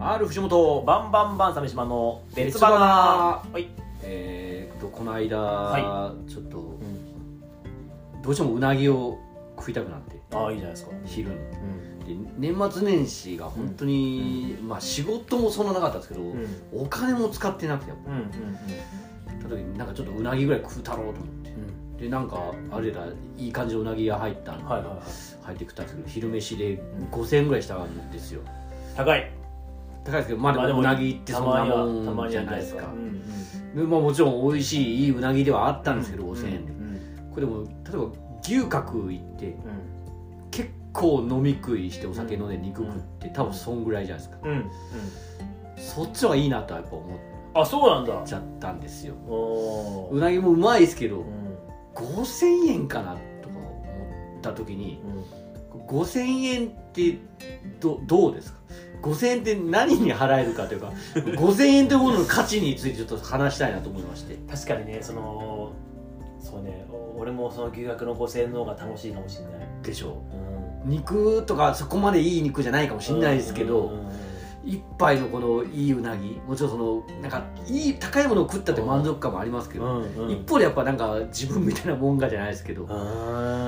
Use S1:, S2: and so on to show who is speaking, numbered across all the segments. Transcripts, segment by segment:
S1: R 藤本
S2: バンバンバン鮫島の別
S1: バ
S2: バ
S1: ナ
S2: ナ
S1: はいえーっとこの間、ちょっと、どうしてもうなぎを食いたくなって
S2: ああいいじゃないですか、
S1: 昼にで年末年始が本当に、まあ仕事もそんななかったんですけど、
S2: うんうん
S1: お金も使ってなくて
S2: うん
S1: た時になんかちょっとうなぎぐらい食うたろうと思ってでなんかあれだいい感じのうなぎが入ったんで、
S2: はいはいはい
S1: 入って食ったんですけど昼飯で5000円ぐらいしたんですよ
S2: 高い
S1: 高いですけどまあでもうなぎってそんな
S2: たま
S1: もん
S2: に
S1: じ
S2: はた
S1: ゃ
S2: まには
S1: ないですか
S2: うんうん
S1: でまあ、もちろん美味しいいいうなぎではあったんですけど、5000円で
S2: うん
S1: これでも例えば牛角行って
S2: うん
S1: 結構飲み食いしてお酒飲んで肉食って、多分そんぐらいじゃないです
S2: う
S1: か
S2: んうん
S1: そっちはいいなとはやっぱ思っ
S2: あそうなんだ
S1: ちゃったんですよ
S2: お
S1: う
S2: ー
S1: なぎもうまいですけど、
S2: うん
S1: 5000円かなとか思った時に
S2: うん
S1: 5000円ってどどうですか5000円って何に払えるかというか5000円というものの価値についてちょっと話したいなと思いまして
S2: 確かにねそのそうねお俺もその牛角の5000円の方が楽しいかもしれない
S1: でしょ
S2: うん
S1: う肉とかそこまでいい肉じゃないかもしれないですけど、
S2: うんうんうん
S1: 一杯のこのいいうなぎもちろんそのなんかいい高いものを食ったって満足感もありますけど、
S2: うんうん
S1: 一方でやっぱなんか自分みたいなもんがじゃないですけど、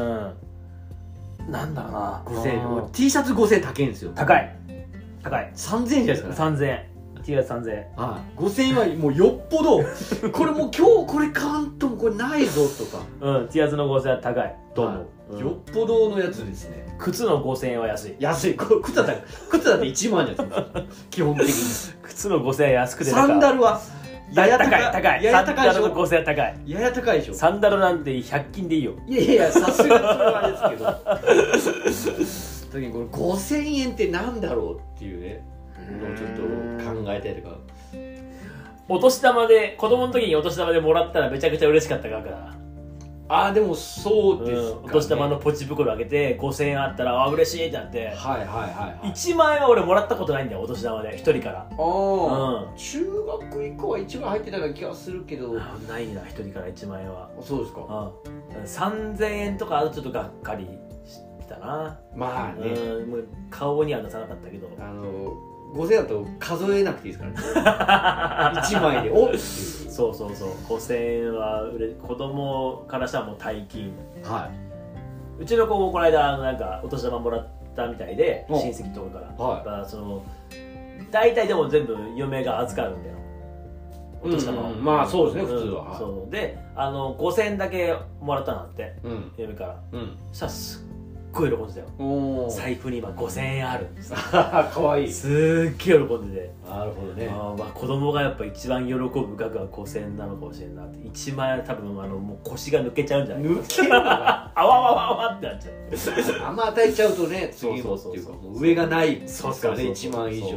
S2: うんなんだろうな
S1: 5000円
S2: う
S1: も
S2: ん
S1: う T シャツ5000円高いんですよ
S2: 高い高い
S1: 3000円じゃないですか、ね
S2: 3000円 T シャツ3000円
S1: はい、5000円はもうよっ ぽどこれもう今日これ買わんともこれないぞとか
S2: うん T シャツの5000円は高いと思う、
S1: はい
S2: うん
S1: よっぽどのやつですね
S2: 靴の5000円は安い
S1: 安いこ靴だって靴だって1万じゃない ですか基本的に
S2: 靴の5000円は安くて
S1: サンダ
S2: ル
S1: ルは
S2: やや高い高い
S1: や
S2: サ
S1: や
S2: ン
S1: 高い
S2: ダ
S1: でし
S2: ルの
S1: ょ
S2: 5000円は高い
S1: やや高いでしょ
S2: サンダルなんて100均でいいよ
S1: いやいやさすがにそれはあれ ですけど 時にこの5000円ってなんだろうっていうねのをちょっと考えたりとか
S2: お年玉で子供の時にお年玉でもらったらめちゃくちゃ嬉しかった額だな
S1: ああでもそう
S2: う
S1: ですか、ね
S2: んお年玉のポチ袋開けて5000円あったらあ嬉しいってなって
S1: はいはいはい、はい、
S2: 1万円は俺もらったことないんだよお年玉で1人から
S1: ああ、
S2: う
S1: 中学以降は一番入ってたような気がするけど
S2: あないな1人から1万円は
S1: そうですか
S2: うん3000円とかあとちょっとがっかりしたな
S1: まあね、
S2: うんもう顔には出さなかったけど
S1: あの5000だと数えなくていいですからね1枚でおっっていう
S2: そうそうそう5000円はうれ子供からしたらもう大金
S1: は
S2: うちの子もこの間なんかお年玉もらったみたいで
S1: お
S2: 親戚とかから、
S1: はい
S2: まあその大体でも全部嫁が預かるんだよお年玉を、
S1: うんうんまあそうですね普通ははい
S2: そうであの5000円だけもらったんだって
S1: いうん
S2: 嫁から
S1: うん
S2: そしたらすっごい喜んでたよ
S1: おお
S2: 財布に今5000円ある
S1: かわいい
S2: すっげえ喜んでて
S1: なるほどね
S2: あーまあ子供がやっぱ一番喜ぶ額は5000円なのかもしれんなって1万円は多分あのもう腰が抜けちゃうんじゃない
S1: 抜けるのが
S2: あわわわわってなっちゃう
S1: あんま与えちゃうとね
S2: そう
S1: 次
S2: そ
S1: も
S2: う
S1: って
S2: そう
S1: いう
S2: そ
S1: か
S2: う
S1: もう上がないです
S2: そう
S1: からね1万以上
S2: そう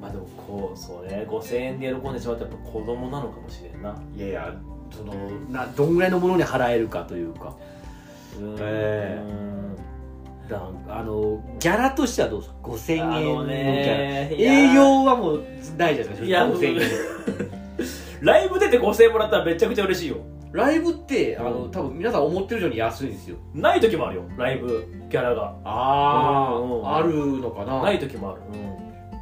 S2: まあでもこうそうね5000円で喜んでしまったらやっぱ子供なのかもしれんない
S1: やいやそのなどんぐらいのものに払えるかというか
S2: うん
S1: ええ
S2: うん
S1: だあのギャラとしてはどうですか5000円
S2: あの
S1: のギャラ
S2: ね
S1: 営業はもうないじゃないですか
S2: いや
S1: 5000円
S2: ライブ出て5000円もらったらめちゃくちゃ嬉しいよ
S1: ライブってあの
S2: うん
S1: 多分皆さん思ってる以上に安いんですよ
S2: ない時もあるよライブギャラが
S1: あ
S2: ー
S1: あるのかな
S2: ない時もある、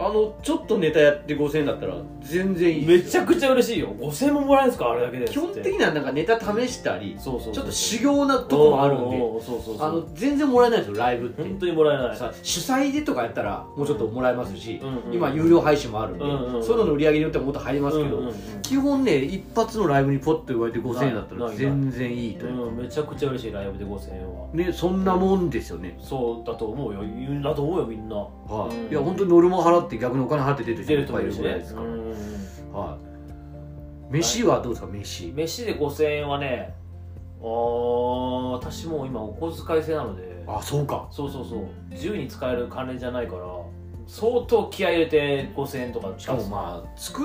S1: あのちょっとネタやって5000円だったら全然いい
S2: めちゃ
S1: く
S2: くちゃ嬉しいよ5000円ももらえるんですかあれだけで
S1: 基本的
S2: に
S1: にはなんかネタ試したり
S2: そうそうそう
S1: ちょっと修行なとこもあるん
S2: おうお
S1: で
S2: うおうそうそうそう
S1: あの全然もらえないんですよライブって
S2: 本当にもらえない
S1: さ主催でとかやったらもうちょっともらえますし、
S2: うんうん
S1: 今有料配信もあるんで、
S2: うんうんうん
S1: そういうのの売り上げによってはもっと入りますけど、
S2: うんうん
S1: 基本ね一発のライブにポッと言われて5000円だった
S2: ない
S1: ら
S2: ない
S1: 全然いいという
S2: うん、うんめちゃくちゃ嬉しいライブで5000円は
S1: ねそんなもんですよね、
S2: そうだと思うよ言うんだと思うよみんな
S1: はい
S2: うん
S1: いや本当に俺も払って逆にお金払って出てる人
S2: 出
S1: い
S2: る
S1: っ
S2: と
S1: ぱ
S2: 思
S1: いういる
S2: し
S1: ぐらい
S2: ね
S1: です、から、
S2: う
S1: はい飯はどうですか飯
S2: ん、飯で5000円はねあー私もう今お小遣い制なので
S1: あそうか
S2: そうそうそう自由に使える金じゃないから相当気合い入れて5000円とか
S1: しかもまあ作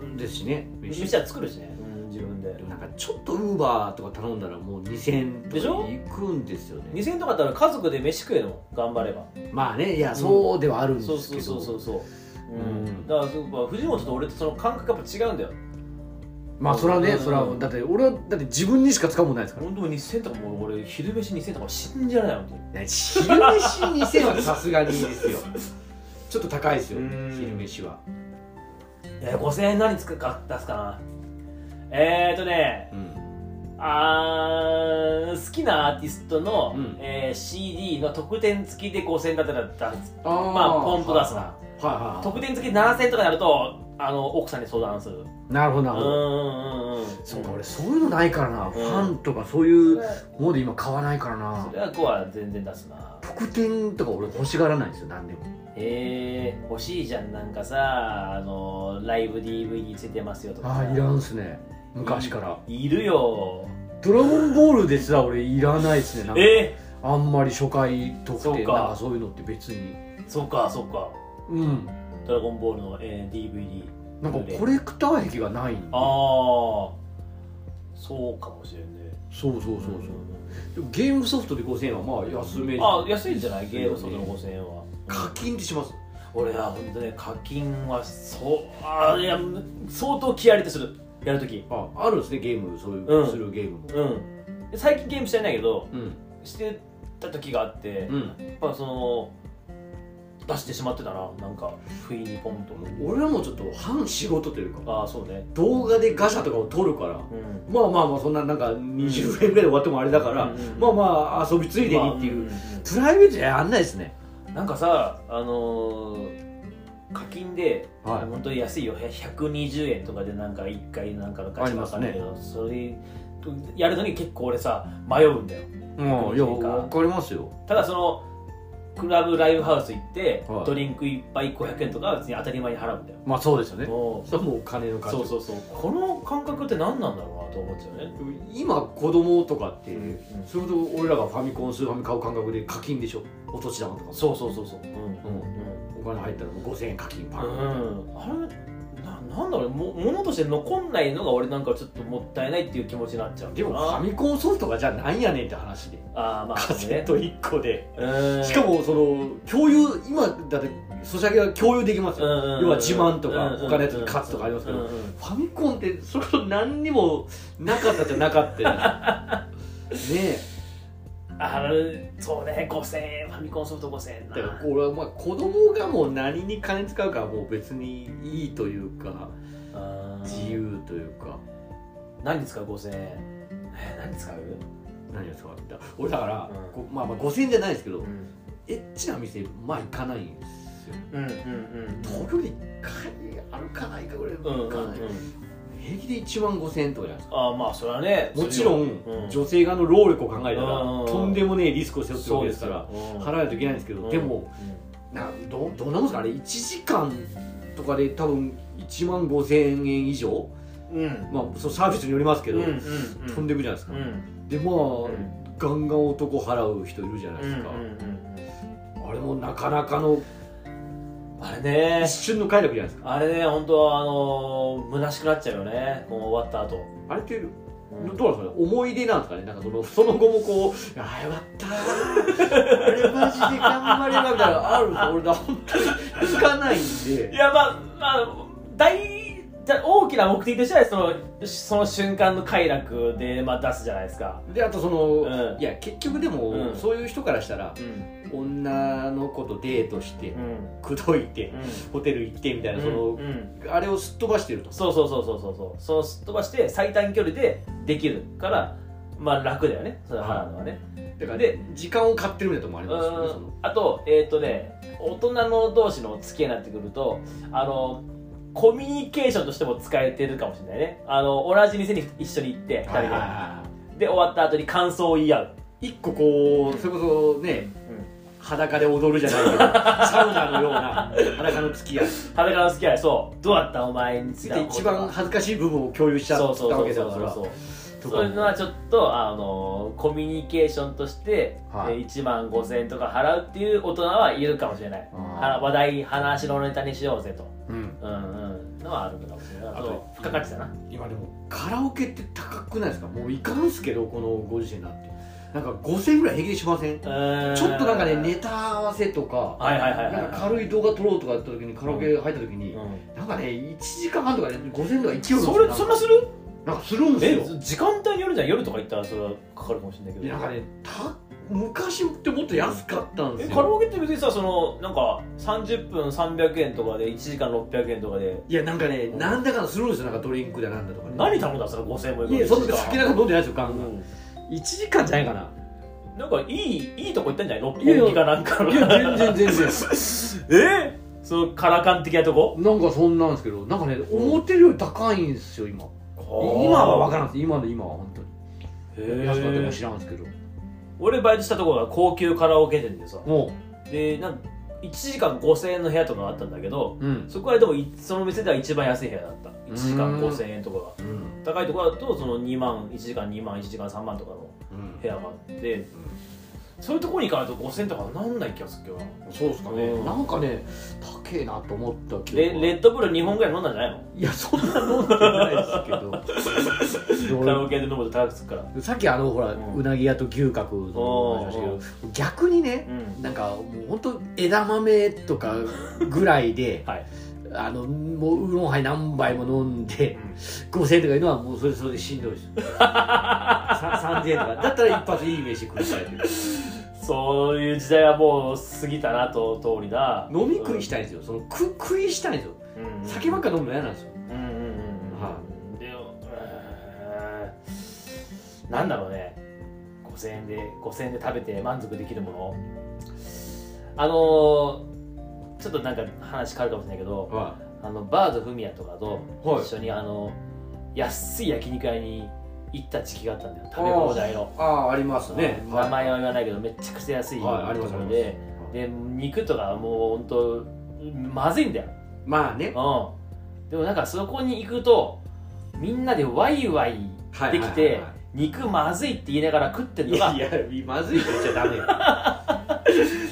S1: るんですしね飯
S2: 飯は作るしね、うん、自分で
S1: なんかちょっとウーバーとか頼んだらもう2000円と
S2: でしょ
S1: かいくんですよね
S2: 2000円とかだったら家族で飯食えるの頑張れば
S1: まあねいやそうではあるんで
S2: そう
S1: す
S2: そ
S1: け
S2: うそう
S1: ど
S2: そうそう、うん
S1: うん
S2: だからそうまあ藤本と俺とその感覚やっぱ違うんだよ
S1: まあそれはね
S2: うん
S1: それはだって俺はだって自分にしか使うもんないですから
S2: 本当に2000とかもう俺昼飯2000とか信じられない本当に
S1: いや昼飯2000はさすがにいいですよちょっと高いですよ
S2: うん
S1: 昼飯は
S2: えー、5000円何つくか出すかなえーとね
S1: うん
S2: あー好きなアーティストの、
S1: うん
S2: えー CD の特典付きで5000円だったら出す
S1: あー
S2: まあポンと出すな、
S1: はいはいは
S2: 特典付き7000円とかになるとあの奥さんに相談する
S1: いなるほどな
S2: う
S1: る
S2: んう
S1: ほど
S2: んうんうん
S1: そうか俺そういうのないからな、
S2: ん
S1: ファンとかそういう
S2: そ
S1: もので今買わないからな
S2: れは5は全然出すな
S1: 特典とか俺欲しがらないんですよ何でも
S2: えー、欲しいじゃんなんかさあのライブ DVD ついてますよとか
S1: あ
S2: さ
S1: あいらんっすね昔から
S2: いるよ
S1: ドラゴンボールですら俺いらないっすねなんか
S2: え
S1: あんまり初回特
S2: そう
S1: 典
S2: か
S1: なんかそういうのって別に
S2: ー、そうかそうか
S1: うん
S2: 「ドラゴンボールの」えー DVD
S1: なんかコレクター癖がないんで
S2: ああそうかもしれんね
S1: そうそうそうそうでもゲームソフトで5000円はまあ安め
S2: あ安いんじゃないゲームソフトの5000円は
S1: 課金ってします
S2: 俺は本当ね課金はそうあーいや相当気合入れてするやるとき
S1: ああるんですねゲームそういう、
S2: うん
S1: するゲームも
S2: うんで最近ゲームしてないけど
S1: うん
S2: してた時があって、
S1: う
S2: や
S1: ん
S2: っぱその出してしまってたななんか不意にポンと
S1: 俺はもうちょっと半仕事というか
S2: ああそうね
S1: 動画でガシャとかを撮るか
S2: う
S1: ら
S2: ん
S1: まあまあまあそんななんか20円ぐらいで終わってもあれだから、
S2: うんうん
S1: まあまあ遊びついでにっていう、
S2: まあんん
S1: プライベートでやんないですね
S2: なんかさあのー課金で、
S1: はい
S2: 本当に安いよ120円とかでなんか1回なんかの価値わかんないけど、それやるのに結構俺さ迷うんだよ
S1: うんいや
S2: そうか
S1: わかりますよ
S2: ただそのクラブライブハウス行って、
S1: はい
S2: ドリンク一杯500円とかは別に当たり前に払うんだよ
S1: まあそうですよね
S2: もう
S1: それはもうお金の価値
S2: そうそうそうこの感覚って何なんだろうなと思っちゃうね、
S1: 今子供とかって、
S2: うん
S1: それほど俺らがファミコンスーファミ買う感覚で課金でしょお年玉とか
S2: そうそうそうそううん
S1: うんお金入ったらもう5000円課金パン、
S2: うん、あれななんだろうも物として残んないのが俺なんかちょっともったいないっていう気持ちになっちゃうんだ
S1: で
S2: よ
S1: もフ
S2: な
S1: ァミコンソフトがじゃあなんやねんって話で
S2: ああまあ
S1: カセット1個で、
S2: うん
S1: しかもその共有今だってソシャゲは共有できます
S2: う
S1: よ、
S2: んうんうん
S1: 要は自慢と
S2: う
S1: か
S2: んうんうん
S1: 他のやつに勝つとかありますけど、
S2: うん
S1: フ
S2: うん
S1: ァミコンってそれこそ何にもなかったじゃなかったよ ねねえ
S2: あれそうね5000円ファミコンソフト5000円な
S1: だから俺はまあ子供がもう何に金使うかはもう別にいいというか
S2: うん
S1: 自由というか
S2: 何に使う5000円えー何に使う、
S1: 何を使うんだ俺だから、
S2: うん
S1: こまあ、まあ5000円じゃないですけど、
S2: ん、
S1: エッチな店まあ行かないんですよ
S2: うんうん
S1: 東京で1回あるかないかぐらい
S2: うんうん
S1: 行かない、
S2: うん
S1: 平気で1万5000円とかじゃないですか
S2: ああまあそれはね
S1: もちろん、
S2: うん
S1: 女性側の労力を考えたら、
S2: うん
S1: とんでもねえリスクを背負ってるわ
S2: そう
S1: け
S2: で
S1: ですすから
S2: よ
S1: 払わないといけないんですけど、
S2: うん
S1: でも
S2: う
S1: などどんなもんですかあれ1時間とかで多分1万5000円以上
S2: んうん
S1: まあ、そのサービスによりますけど、
S2: うんうん
S1: 飛んでくじゃないですか、
S2: うん
S1: でまあ、
S2: うん
S1: ガンガン男払う人いるじゃないですか、
S2: うんうんうん
S1: あれもなかなかの
S2: あれね
S1: 一瞬の快楽じゃないですか
S2: あれね本当あのー虚しくなっちゃうよねもう終わった後、
S1: あれって
S2: うん
S1: どうなんですかね思い出なんですかねなんかその その後もこう「ああよかったーあれマジで頑張れな」みたいなのあるんですよ俺だ本当に行かないん
S2: い
S1: で
S2: やまあまあ大じゃ大きな目的としてはそのその瞬間の快楽で、まあ、出すじゃないですか
S1: であとその、
S2: うん
S1: いや結局でも、
S2: うん
S1: そういう人からしたら
S2: うん
S1: 女の子とデートして
S2: う、ん
S1: 口説いて、ホテル行ってみたいな、その、
S2: うん
S1: あれをすっ飛ばしてると
S2: そうそうそうそうそうそうそのすっ飛ばして最短距離でできるからまあ楽だよねそれ払うのはね、
S1: だから
S2: で
S1: で時間を買ってるみたいなとこもありますよねそ
S2: うん
S1: の
S2: あとえっ、とね大人の同士の付き合いになってくるとあのコミュニケーションとしても使えてるかもしれないねあの同じ店に一緒に行って2人で、で終わった後に感想を言い合う、
S1: 一個こうそれこそね裸で踊るじゃないけ どサウナのような裸の付き合い
S2: 裸の付き合いそうどうだったお前につ
S1: ついて一番恥ずかしい部分を共有しちゃっ
S2: そ
S1: た
S2: うそう
S1: わ
S2: そ
S1: け
S2: う
S1: だ
S2: そ
S1: か
S2: う
S1: ら
S2: そうそう
S1: と
S2: そういうの
S1: か
S2: はちょっとあのコミュニケーションとして、
S1: はい
S2: えー1万5000円とか払うっていう大人はいるかもしれない
S1: あー
S2: は話題話のネタにしようぜと
S1: うん
S2: うんうんのはあるかもしれないあ
S1: あ
S2: と
S1: と
S2: 付加価値だな
S1: 今でもカラオケって高くないですかもういかんすけどこのご時世になってなんか5000円ぐらい平気でしませんち
S2: ち
S1: ょっとなんかねネタ合わせとか
S2: はいはいはいはい
S1: なんか軽い動画撮ろうとかやった時にカラオケ入った時に
S2: うん
S1: なんかね1時間半とかね5000円とか勢い
S2: それそんなする
S1: なんかするんで
S2: え
S1: すよ
S2: 時間帯によるじゃん夜とか行ったらそれはかかるかもしれないけど
S1: でなんかねた昔ってもっと安かったんで
S2: え
S1: す
S2: カラ
S1: よ
S2: オケって別にさそのなんか30分300円とかで1時間600円とかで
S1: いやなんかねなんだかするんですよなんかドリンクだなんだとかね
S2: 何頼んだんすか5000円もいく
S1: いやそんな酒なんか飲んでないですよガンガン
S2: う
S1: 1時間じゃないかなん
S2: なんかいいいいとこ行ったんじゃない六
S1: いやいや
S2: 本木かなんかの
S1: いや全然全然
S2: えそのカラカン的なとこ
S1: なんかそんなんですけどなんかね思ってるより高いんですよ今今は分からんです今の今は本当に
S2: へえ
S1: 安かったかも知らんですけど
S2: 俺バイトしたところが高級カラオケ店でさ
S1: も
S2: でなんか1時間5000円の部屋とかがあったんだけど
S1: ううん
S2: そこはでもいその店では一番安い部屋だった1時間
S1: うん
S2: 5000円とかが
S1: うん
S2: 高いところだとその2万1時間2万1時間3万とかの
S1: うん
S2: 部屋があってそういうところに行かないと5000とかなんない気がするけどな
S1: そうっすかね
S2: うん
S1: なんかね高えなと思ったけ
S2: レ
S1: ど
S2: レッドブル2本ぐらい飲んだんじゃないの
S1: いやそんな飲んでないです けど
S2: カラオケで飲むと高くつくから
S1: さっきあのほら、う
S2: うん
S1: なぎ屋と牛角の話しましたけど逆にね
S2: うん
S1: なんかもう本当枝豆とかぐらい で
S2: はい
S1: あのもうウーロンハイ何杯も飲んで5000円とかいうのはもうそれそれでしんどい ですさ3000円とかだったら一発いい飯食いたいという
S2: そういう時代はもう過ぎたなと通りだ
S1: 飲み食いしたいんですよその食食いしたいんですよ
S2: うんうん
S1: 酒ばっか飲むの嫌なんですよ
S2: うんうんうんうん
S1: は
S2: でうーんなんだろうね5000円で5000円で食べて満足できるものあのーちょっとなんか話変わるかもしれないけど
S1: は
S2: あのバードフミヤとかと
S1: はい
S2: 一緒にあの安い焼肉屋に行った時期があったんだよ食べ放題の
S1: いああありますね
S2: 名前は言わないけどめちゃくちゃ安いとこ
S1: はいあります
S2: ろでで肉とかもう本当まずいんだよ
S1: まあね
S2: うん、でもなんかそこに行くとみんなでワイワイ
S1: はい
S2: できて、
S1: はいはいはい
S2: 肉まずいって言いながら食ってる
S1: い
S2: のが
S1: やいやまずいって言っちゃダメよ
S2: っ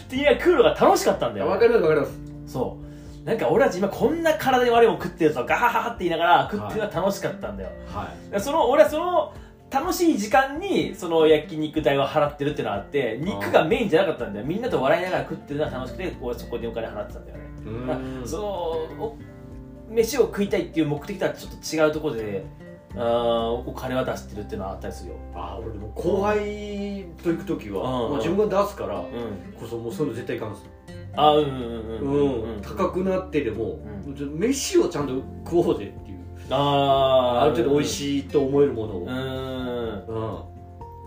S2: て言いながら食うのが楽しかったんだよ
S1: 分かります分かります
S2: そうなんか俺たち今こんな体で悪いもん食ってるぞガハハハって言いながら食ってるのが楽しかったんだよ、
S1: はい
S2: その俺はその楽しい時間にその焼肉代を払ってるっていうのがあって肉がメインじゃなかったんだよみんなと笑いながら食ってるのが楽しくて俺そこにお金払ってたんだよね
S1: う
S2: まあ
S1: ーん
S2: そのお飯を食いたいっていう目的とはちょっと違うところで、あーお金は出してるっていうのはあったりするよ、
S1: あ俺でも後輩と行く時は、
S2: うん
S1: まあ、自分が出すから
S2: うん、
S1: こそもうそういうの絶対いかんですよ、
S2: あうんうんうんうんうん、
S1: 高くなってでも、
S2: う
S1: ちょっと飯をちゃんと食おうぜっていう
S2: あー
S1: ある程度美味
S2: い
S1: しいと思えるものを、
S2: う
S1: うん
S2: ん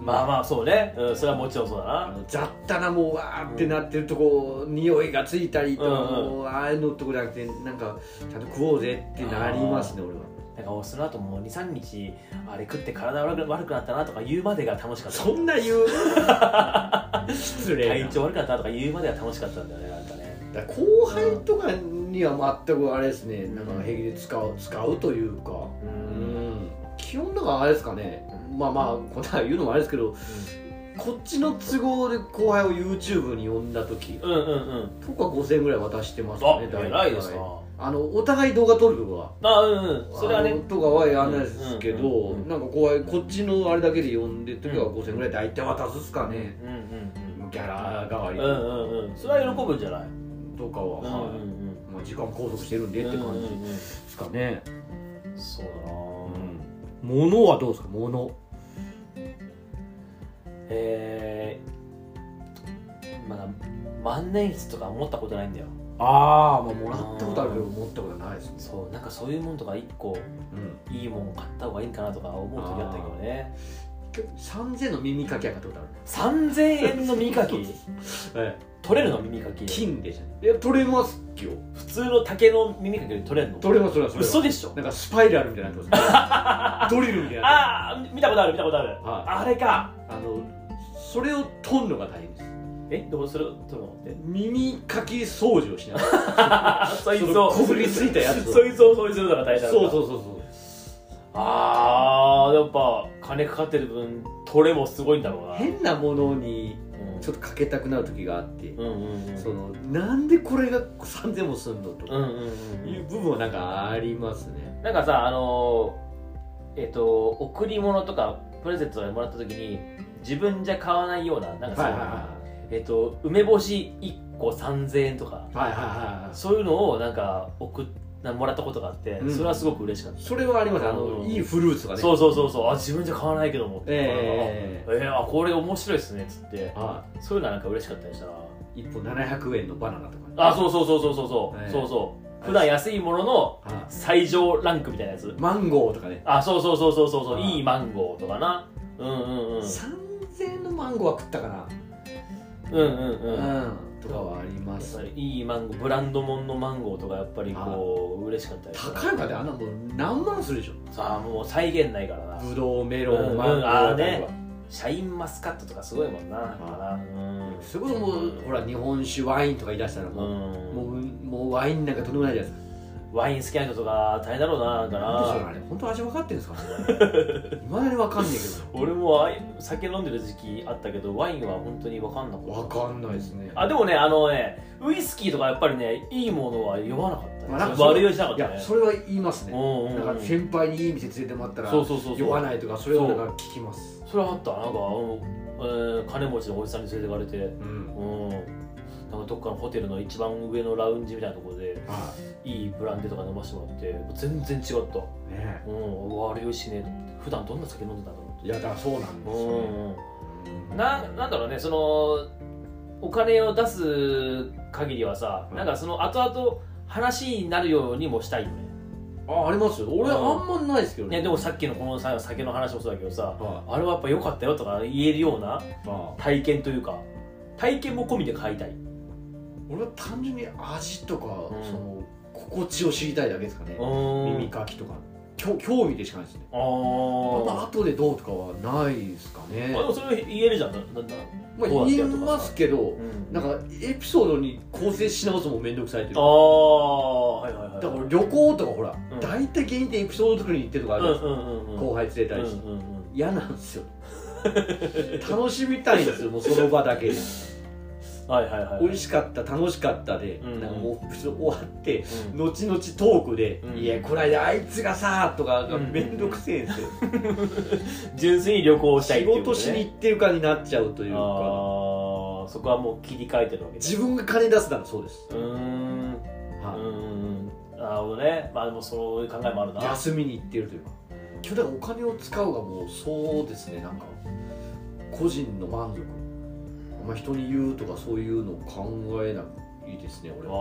S2: まあまあそうね、うん、それはもちろんそうだ
S1: あ
S2: な
S1: の雑多なもうわーってなってるとこ、匂いがついたりとか、
S2: うんうん
S1: もうああいうのとこじゃなくてなんかちゃんと食おうぜってなりますね俺は
S2: なんかその後もう23日あれ食って体悪く悪くなったなとか言うまでが楽しかった
S1: そんな言う 失礼な
S2: 体調悪くなったとか言うまでが楽しかったんだよねなんかね
S1: だから後輩とかには全くあれですね、なんか平気で使う使うというか、
S2: う
S1: うんん、基本だからあれですかね、まあまあこんな言うのもあれですけど、こっちの都合で後輩を YouTube に呼んだ時
S2: うんうんうん
S1: とか5000円ぐらい渡してます
S2: あ
S1: ね
S2: 偉いですな
S1: はいあのお互い動画撮るとか
S2: あうんうんそれは
S1: あ
S2: ね
S1: のとかはやらないですけど、
S2: うんうんうん
S1: なんか後輩こっちのあれだけで呼んでる時は5000円ぐらい大体渡すっすかね、
S2: うんうん
S1: ギャラ代わ
S2: う
S1: り
S2: んうんうんうんそれは喜ぶんじゃない
S1: とかは、はいまあ、時間拘束してるんでって感じですかね、
S2: そうだな
S1: 物はどうですか物
S2: えーまだ万年筆とか持ったことないんだよ
S1: ああまあもらったことあるけど持ったことないですね
S2: そうなんかそういうもんとか一個いいもん買った方がいいんかなとか思う時あったけどね
S1: 3000の耳かきは買ったこと
S2: 3000円の耳か き
S1: ある、はい、
S2: 取れるの耳かき
S1: 金でじゃないいや取れますよ
S2: 普通の竹の耳かきより取れるの
S1: 取れます取れます
S2: 嘘でしょ
S1: なんかスパイラルみたいなの あってますねドリルみたいなあ
S2: ああ見たことある見たことある
S1: はい
S2: あれか
S1: あのそれを取るのが大変です
S2: えどうすると思って
S1: 耳かき掃除をしながら
S2: あ そいつ
S1: そ
S2: を
S1: のこぶりついたやつ を
S2: そいつをそうするのが大変だ
S1: そうそううそうそう
S2: あーやっぱ金かかってる分取れもすごいんだろうな
S1: 変なものに
S2: うん
S1: ちょっとかけたくなる時があって、
S2: うんうんうん
S1: そのなんでこれが3000もすんのと
S2: うん
S1: か
S2: うんうん
S1: いう部分はなんかありますね、
S2: なんかさあのーえっ、と贈り物とかプレゼントでもらった時に自分じゃ買わないようななんかさ、えっ、と梅干し1個3000円とか
S1: はいはいはいはいはいはいはい
S2: そういうのをなんか送っなもらったことがあって、
S1: うん
S2: それはすごく嬉しかった、
S1: それはありますあの
S2: うん
S1: いいフルーツがね
S2: そうそうそうそうあ自分じゃ買わないけども
S1: え
S2: えーあこれ面白いですねっつって
S1: は
S2: そういうのはなんか嬉しかったりしたない
S1: 一本700円のバナナとか
S2: あそうそうそうそうそうそう、
S1: ええ
S2: そうそう普段安いものの
S1: あ
S2: 最上ランクみたいなやつ
S1: マンゴーとかね
S2: あそうそうそうそうそうそ
S1: あ
S2: ういいマンゴーとかなうんうんうん
S1: 3000円のマンゴーは食ったかな
S2: うんうんうん
S1: うんとかはあり
S2: や
S1: ま
S2: っ
S1: す
S2: ぱりいいマンゴーブランドもんのマンゴーとかやっぱりこう嬉しかったりと
S1: 高いまであんなもう何万するでしょ
S2: さあもう再現ないからな
S1: ブドウメ
S2: う
S1: ロ
S2: んう
S1: ン
S2: ん
S1: マンゴー
S2: あーね
S1: とか
S2: シャインマスカットとかすごいもんなやっぱなうん
S1: それこそもうほら日本酒ワインとか言い出したら
S2: う
S1: もうも
S2: ん
S1: うもうワインなんかとんでもないじゃないですか
S2: ワイン好きな人とか大変だろうななんか
S1: なんでしょう
S2: な
S1: あれ本当味分かってるんですかいまだに分かんないけ
S2: 俺もあい酒飲んでる時期あったけどワインは本当に分かんなか
S1: ど
S2: っ
S1: 分
S2: た
S1: かんないですね
S2: あでもねあのねウイスキーとかやっぱりねいいものは酔わなかった、ね
S1: まあなんか
S2: 悪酔いしなかっ
S1: い
S2: た
S1: や
S2: ね
S1: それは言いますね
S2: うんうんうん
S1: なんか先輩にいい店連れてもらったら
S2: そうそうそう
S1: 酔わ
S2: そう
S1: ないとかそれをなんか聞きます
S2: それはあったなんかあの、えー金持ちのおじさんに連れてかれて
S1: う
S2: う
S1: ん
S2: んなんかどっかのホテルの一番上のラウンジみたいなところで
S1: はい
S2: いブランデーとか飲ませてもらって全然違った
S1: いね
S2: うん悪酔いしねえと思って普段どんな酒飲んでたんだろう
S1: いやだからそうなんですよね
S2: うんななんだろうねそのお金を出す限りはさ、
S1: うん
S2: なんかその後々話になるようにもしたいよね
S1: あありますよ俺
S2: うん
S1: あんまないですけど
S2: ねでもさっきのこのさ酒の話もそうだけどさ
S1: は
S2: あれはやっぱ良かったよとか言えるようない
S1: まあ
S2: 体験というか体験も込みで買いたい、うん、
S1: 俺は単純に味とか
S2: うん
S1: その心地を知りたいだけですかね耳かきとか興興味でしかないですね
S2: あ
S1: あんま
S2: ー
S1: 後でどうとかはないですかね
S2: あでもそれ言えるじゃんだだだ
S1: まあ
S2: どうだった
S1: 言い
S2: よとかさ
S1: ますけど
S2: うん
S1: なんかエピソードに構成し直すのも面倒くさいという
S2: あ
S1: か
S2: あはいはいはい
S1: だから旅行とかほら、
S2: うん
S1: 大体芸人ってエピソード作りに行ってるとかある
S2: う
S1: じゃ
S2: んう
S1: ないで
S2: んうんう
S1: す
S2: ん
S1: か、後輩連れたりして、
S2: うんうんうん
S1: 嫌なんですよ楽しみたいん ですよもうその場だけで
S2: はいはいはい
S1: 美味しかった楽しかったで、
S2: うん
S1: なんかもう終わって
S2: うん
S1: 後々トークで「
S2: うん
S1: いやこないだあいつがさ」とかが
S2: うん
S1: 面倒くせえん ですよ、
S2: 純粋に旅行をしたいっ
S1: 仕
S2: ていうこ
S1: 事
S2: と、ね、
S1: しに行ってるかになっちゃうというか
S2: あーそこはもう切り替えてるわけね
S1: 自分が金出すならそうです、
S2: うーんうー
S1: はい
S2: んなるほどねまあでもそういう考えもあるな
S1: 休みに行ってるというか今日だからお金を使うがもうそうですねなんか個人の満足あんま人に言うとかそういうのを考えないですね
S2: あ
S1: 俺は
S2: ー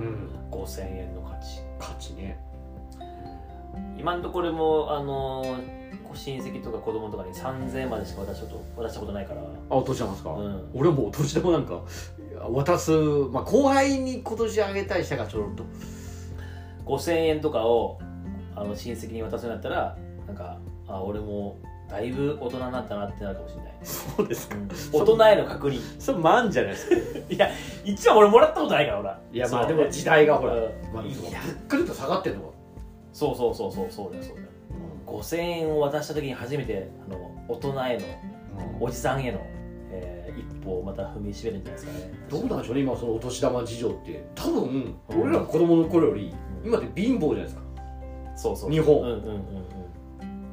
S1: うん
S2: 5000円の価値
S1: 価値ね
S2: 今のところもあのー親戚とか子供とかに3000円までしか渡したこと渡したことないから
S1: あ落としますか、
S2: うん
S1: 俺はもうお年玉なんかいや渡す、まあ、後輩に今年あげたりしたからちょろっと
S2: 5000円とかをあの親戚に渡すようになったらなんかあ俺もだいぶ大人になったなってなるかもしれない、
S1: そうです
S2: うん大人への確認
S1: それ満じゃないですか
S2: 一応俺もらったことないからほら
S1: いやまあ
S2: そ
S1: で
S2: う
S1: も時代がほら、
S2: うん
S1: まあ、
S2: い
S1: 物
S2: や
S1: 価と下がってんのか、
S2: そうそうそうそうそうだよそうだよ5000円を渡した時に初めてあの大人へのおじさんへの、えー一歩をまた踏みしめるんじゃないですかね
S1: どうなんでしょうね今そのお年玉事情って多分
S2: うん
S1: 俺らの子供の頃より
S2: うん
S1: 今って貧乏じゃないですか
S2: そうそう
S1: 日本
S2: うんうんうん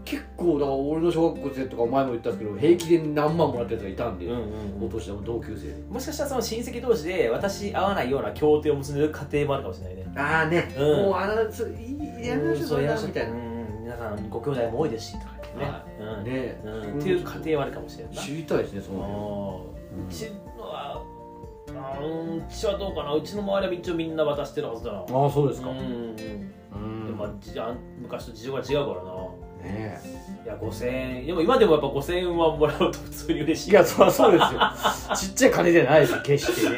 S1: 結構だから俺の小学校生とか前も言ったんですけど平気で何万もらってるやつがいたんで、
S2: うんうんうんう
S1: お
S2: ん
S1: 年玉同級生で
S2: もしかしたらその親戚同士で私合わないような協定を結んでる家庭もあるかもしれないね
S1: ああね、
S2: うん
S1: もうあらそいいやめましょうそれなみたいな
S2: う
S1: ね
S2: ん皆さんご兄弟も多いですしとか言ってね、
S1: は
S2: うん
S1: え
S2: うん、っていう家庭はあるかもしれないな
S1: 知りたいですねその
S2: あーう
S1: 辺
S2: ちのはあーうちはどうかなうちの周りは一応みんな渡してるはずだな
S1: ああそうです
S2: うんうん
S1: うん
S2: でもまあじあ昔と事情が違うからな
S1: ねえ
S2: いや5000円でも今でもやっぱ5000円はもらうと普通に嬉しい
S1: いやそりゃそうですよ ちっちゃい金じゃないですよ決してね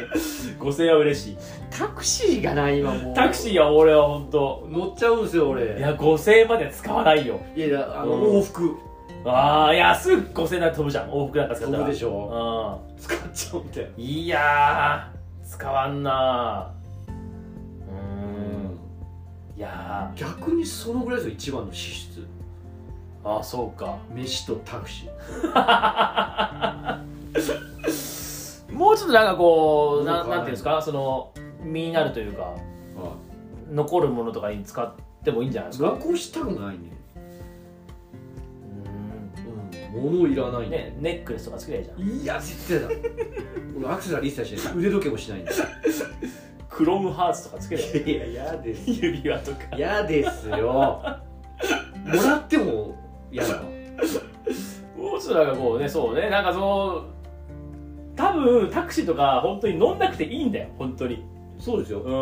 S2: 5000円は嬉しい
S1: タクシーがない今もう
S2: タクシーは俺は本当
S1: 乗っちゃうんですよ俺
S2: いや5000円までは使わないよ
S1: いやいやあの
S2: うん
S1: 往復
S2: ああいやすぐ5000円なら飛ぶじゃん往復なんか使った
S1: 飛
S2: ら
S1: ぶでしょ
S2: う
S1: 使っちゃうんだよ
S2: んいやー使わんなーうーんいや
S1: 逆にそのぐらいですよ一番の支出
S2: ーああそうか
S1: 飯とタクシー
S2: もうちょっとなんかこう
S1: な
S2: なんん
S1: か
S2: なんていうんですかその身になるというか残るものとかに使ってもいいんじゃないですかう
S1: 残したくないね
S2: ん
S1: うん物いらない
S2: ね、
S1: ね
S2: ネックレスとか作りゃいいじゃん
S1: いや絶対だ俺アクセサリー一切しない腕時計もしないんだ
S2: クロムハーツとかつけるよ
S1: いや嫌で す
S2: 指輪とか
S1: 嫌ですよもらっても嫌だ
S2: もうちょっとなんかこうねそうねなんかその多分タクシーとか本当に乗んなくていいんだよ本当に
S1: そうですよ
S2: うん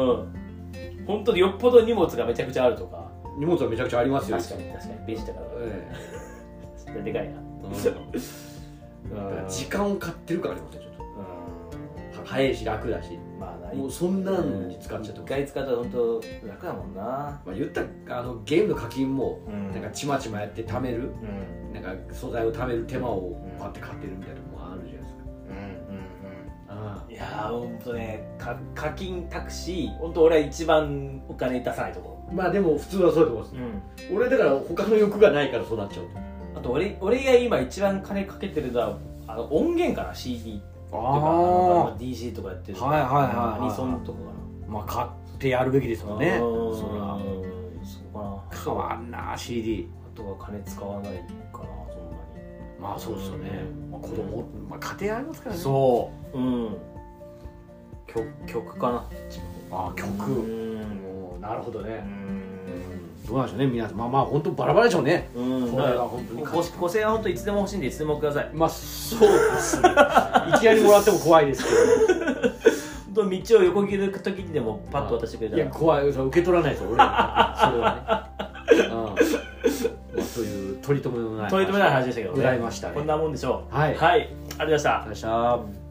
S2: 本当によっぽど荷物がめちゃくちゃあるとか
S1: 荷物はめちゃくちゃありますよ
S2: 確かに確かにベジだから
S1: え
S2: ちょっとでかいな
S1: えうん時間を買ってるからね私ちょっ
S2: う
S1: とは早いし楽だし
S2: んまあない
S1: もうそんなんに使っちゃっ
S2: 一
S1: てます
S2: 回使ったら本当楽だもんな
S1: まあ、言ったらあのゲームの課金も
S2: うん
S1: なんかちまちまやって貯める
S2: うんうん
S1: なんか素材を貯める手間をパッて買ってるみたいなのもあるじゃないですか
S2: うん
S1: あ
S2: うんいやーほんとねか課金タクシー本当俺は一番お金出さないとこ
S1: あまあでも普通はそうだと思います
S2: ろ、うん
S1: 俺だから他の欲がないからそうなっちゃう
S2: あと俺俺が今一番金かけてるのはあの音源かな CD
S3: あ
S2: とかあの
S3: あ
S2: まあ DJ とかやってる
S3: はいはいはいはい
S2: アニソンとかか
S3: まあ買ってやるべきです
S2: な
S3: もんね
S2: うん
S3: そら
S2: そうか
S3: 変
S2: なあ
S3: わんな CD
S2: とは金使わないかなそんな
S3: まあそうですよね、まあ、子供、まあ、家庭ありますから
S2: に
S3: ね
S2: そううん曲曲かな
S3: ああ曲、
S2: うん
S3: もうなるほど
S2: う
S3: ね
S2: ん
S3: どうなんでしょうね皆さんまあまあ本当バラバラでしょうね
S2: うん
S3: これは本当に
S2: ごご声援は本当いつでも欲しいんでいつでもください
S3: まあそうですね いきなりもらっても怖いですけ
S2: 本当道を横切る時にでもパッと渡してくれ
S3: ど
S2: た
S3: いや
S2: ら
S3: 怖い受け取らないですよ俺はそれはね、うんまあ、そういう取り留めのない
S2: 取り留めない話でしたけどね
S3: 羨ましたね
S2: こんなもんでしょう
S3: はいありがとう
S2: はい、ありがとうございました
S3: ございました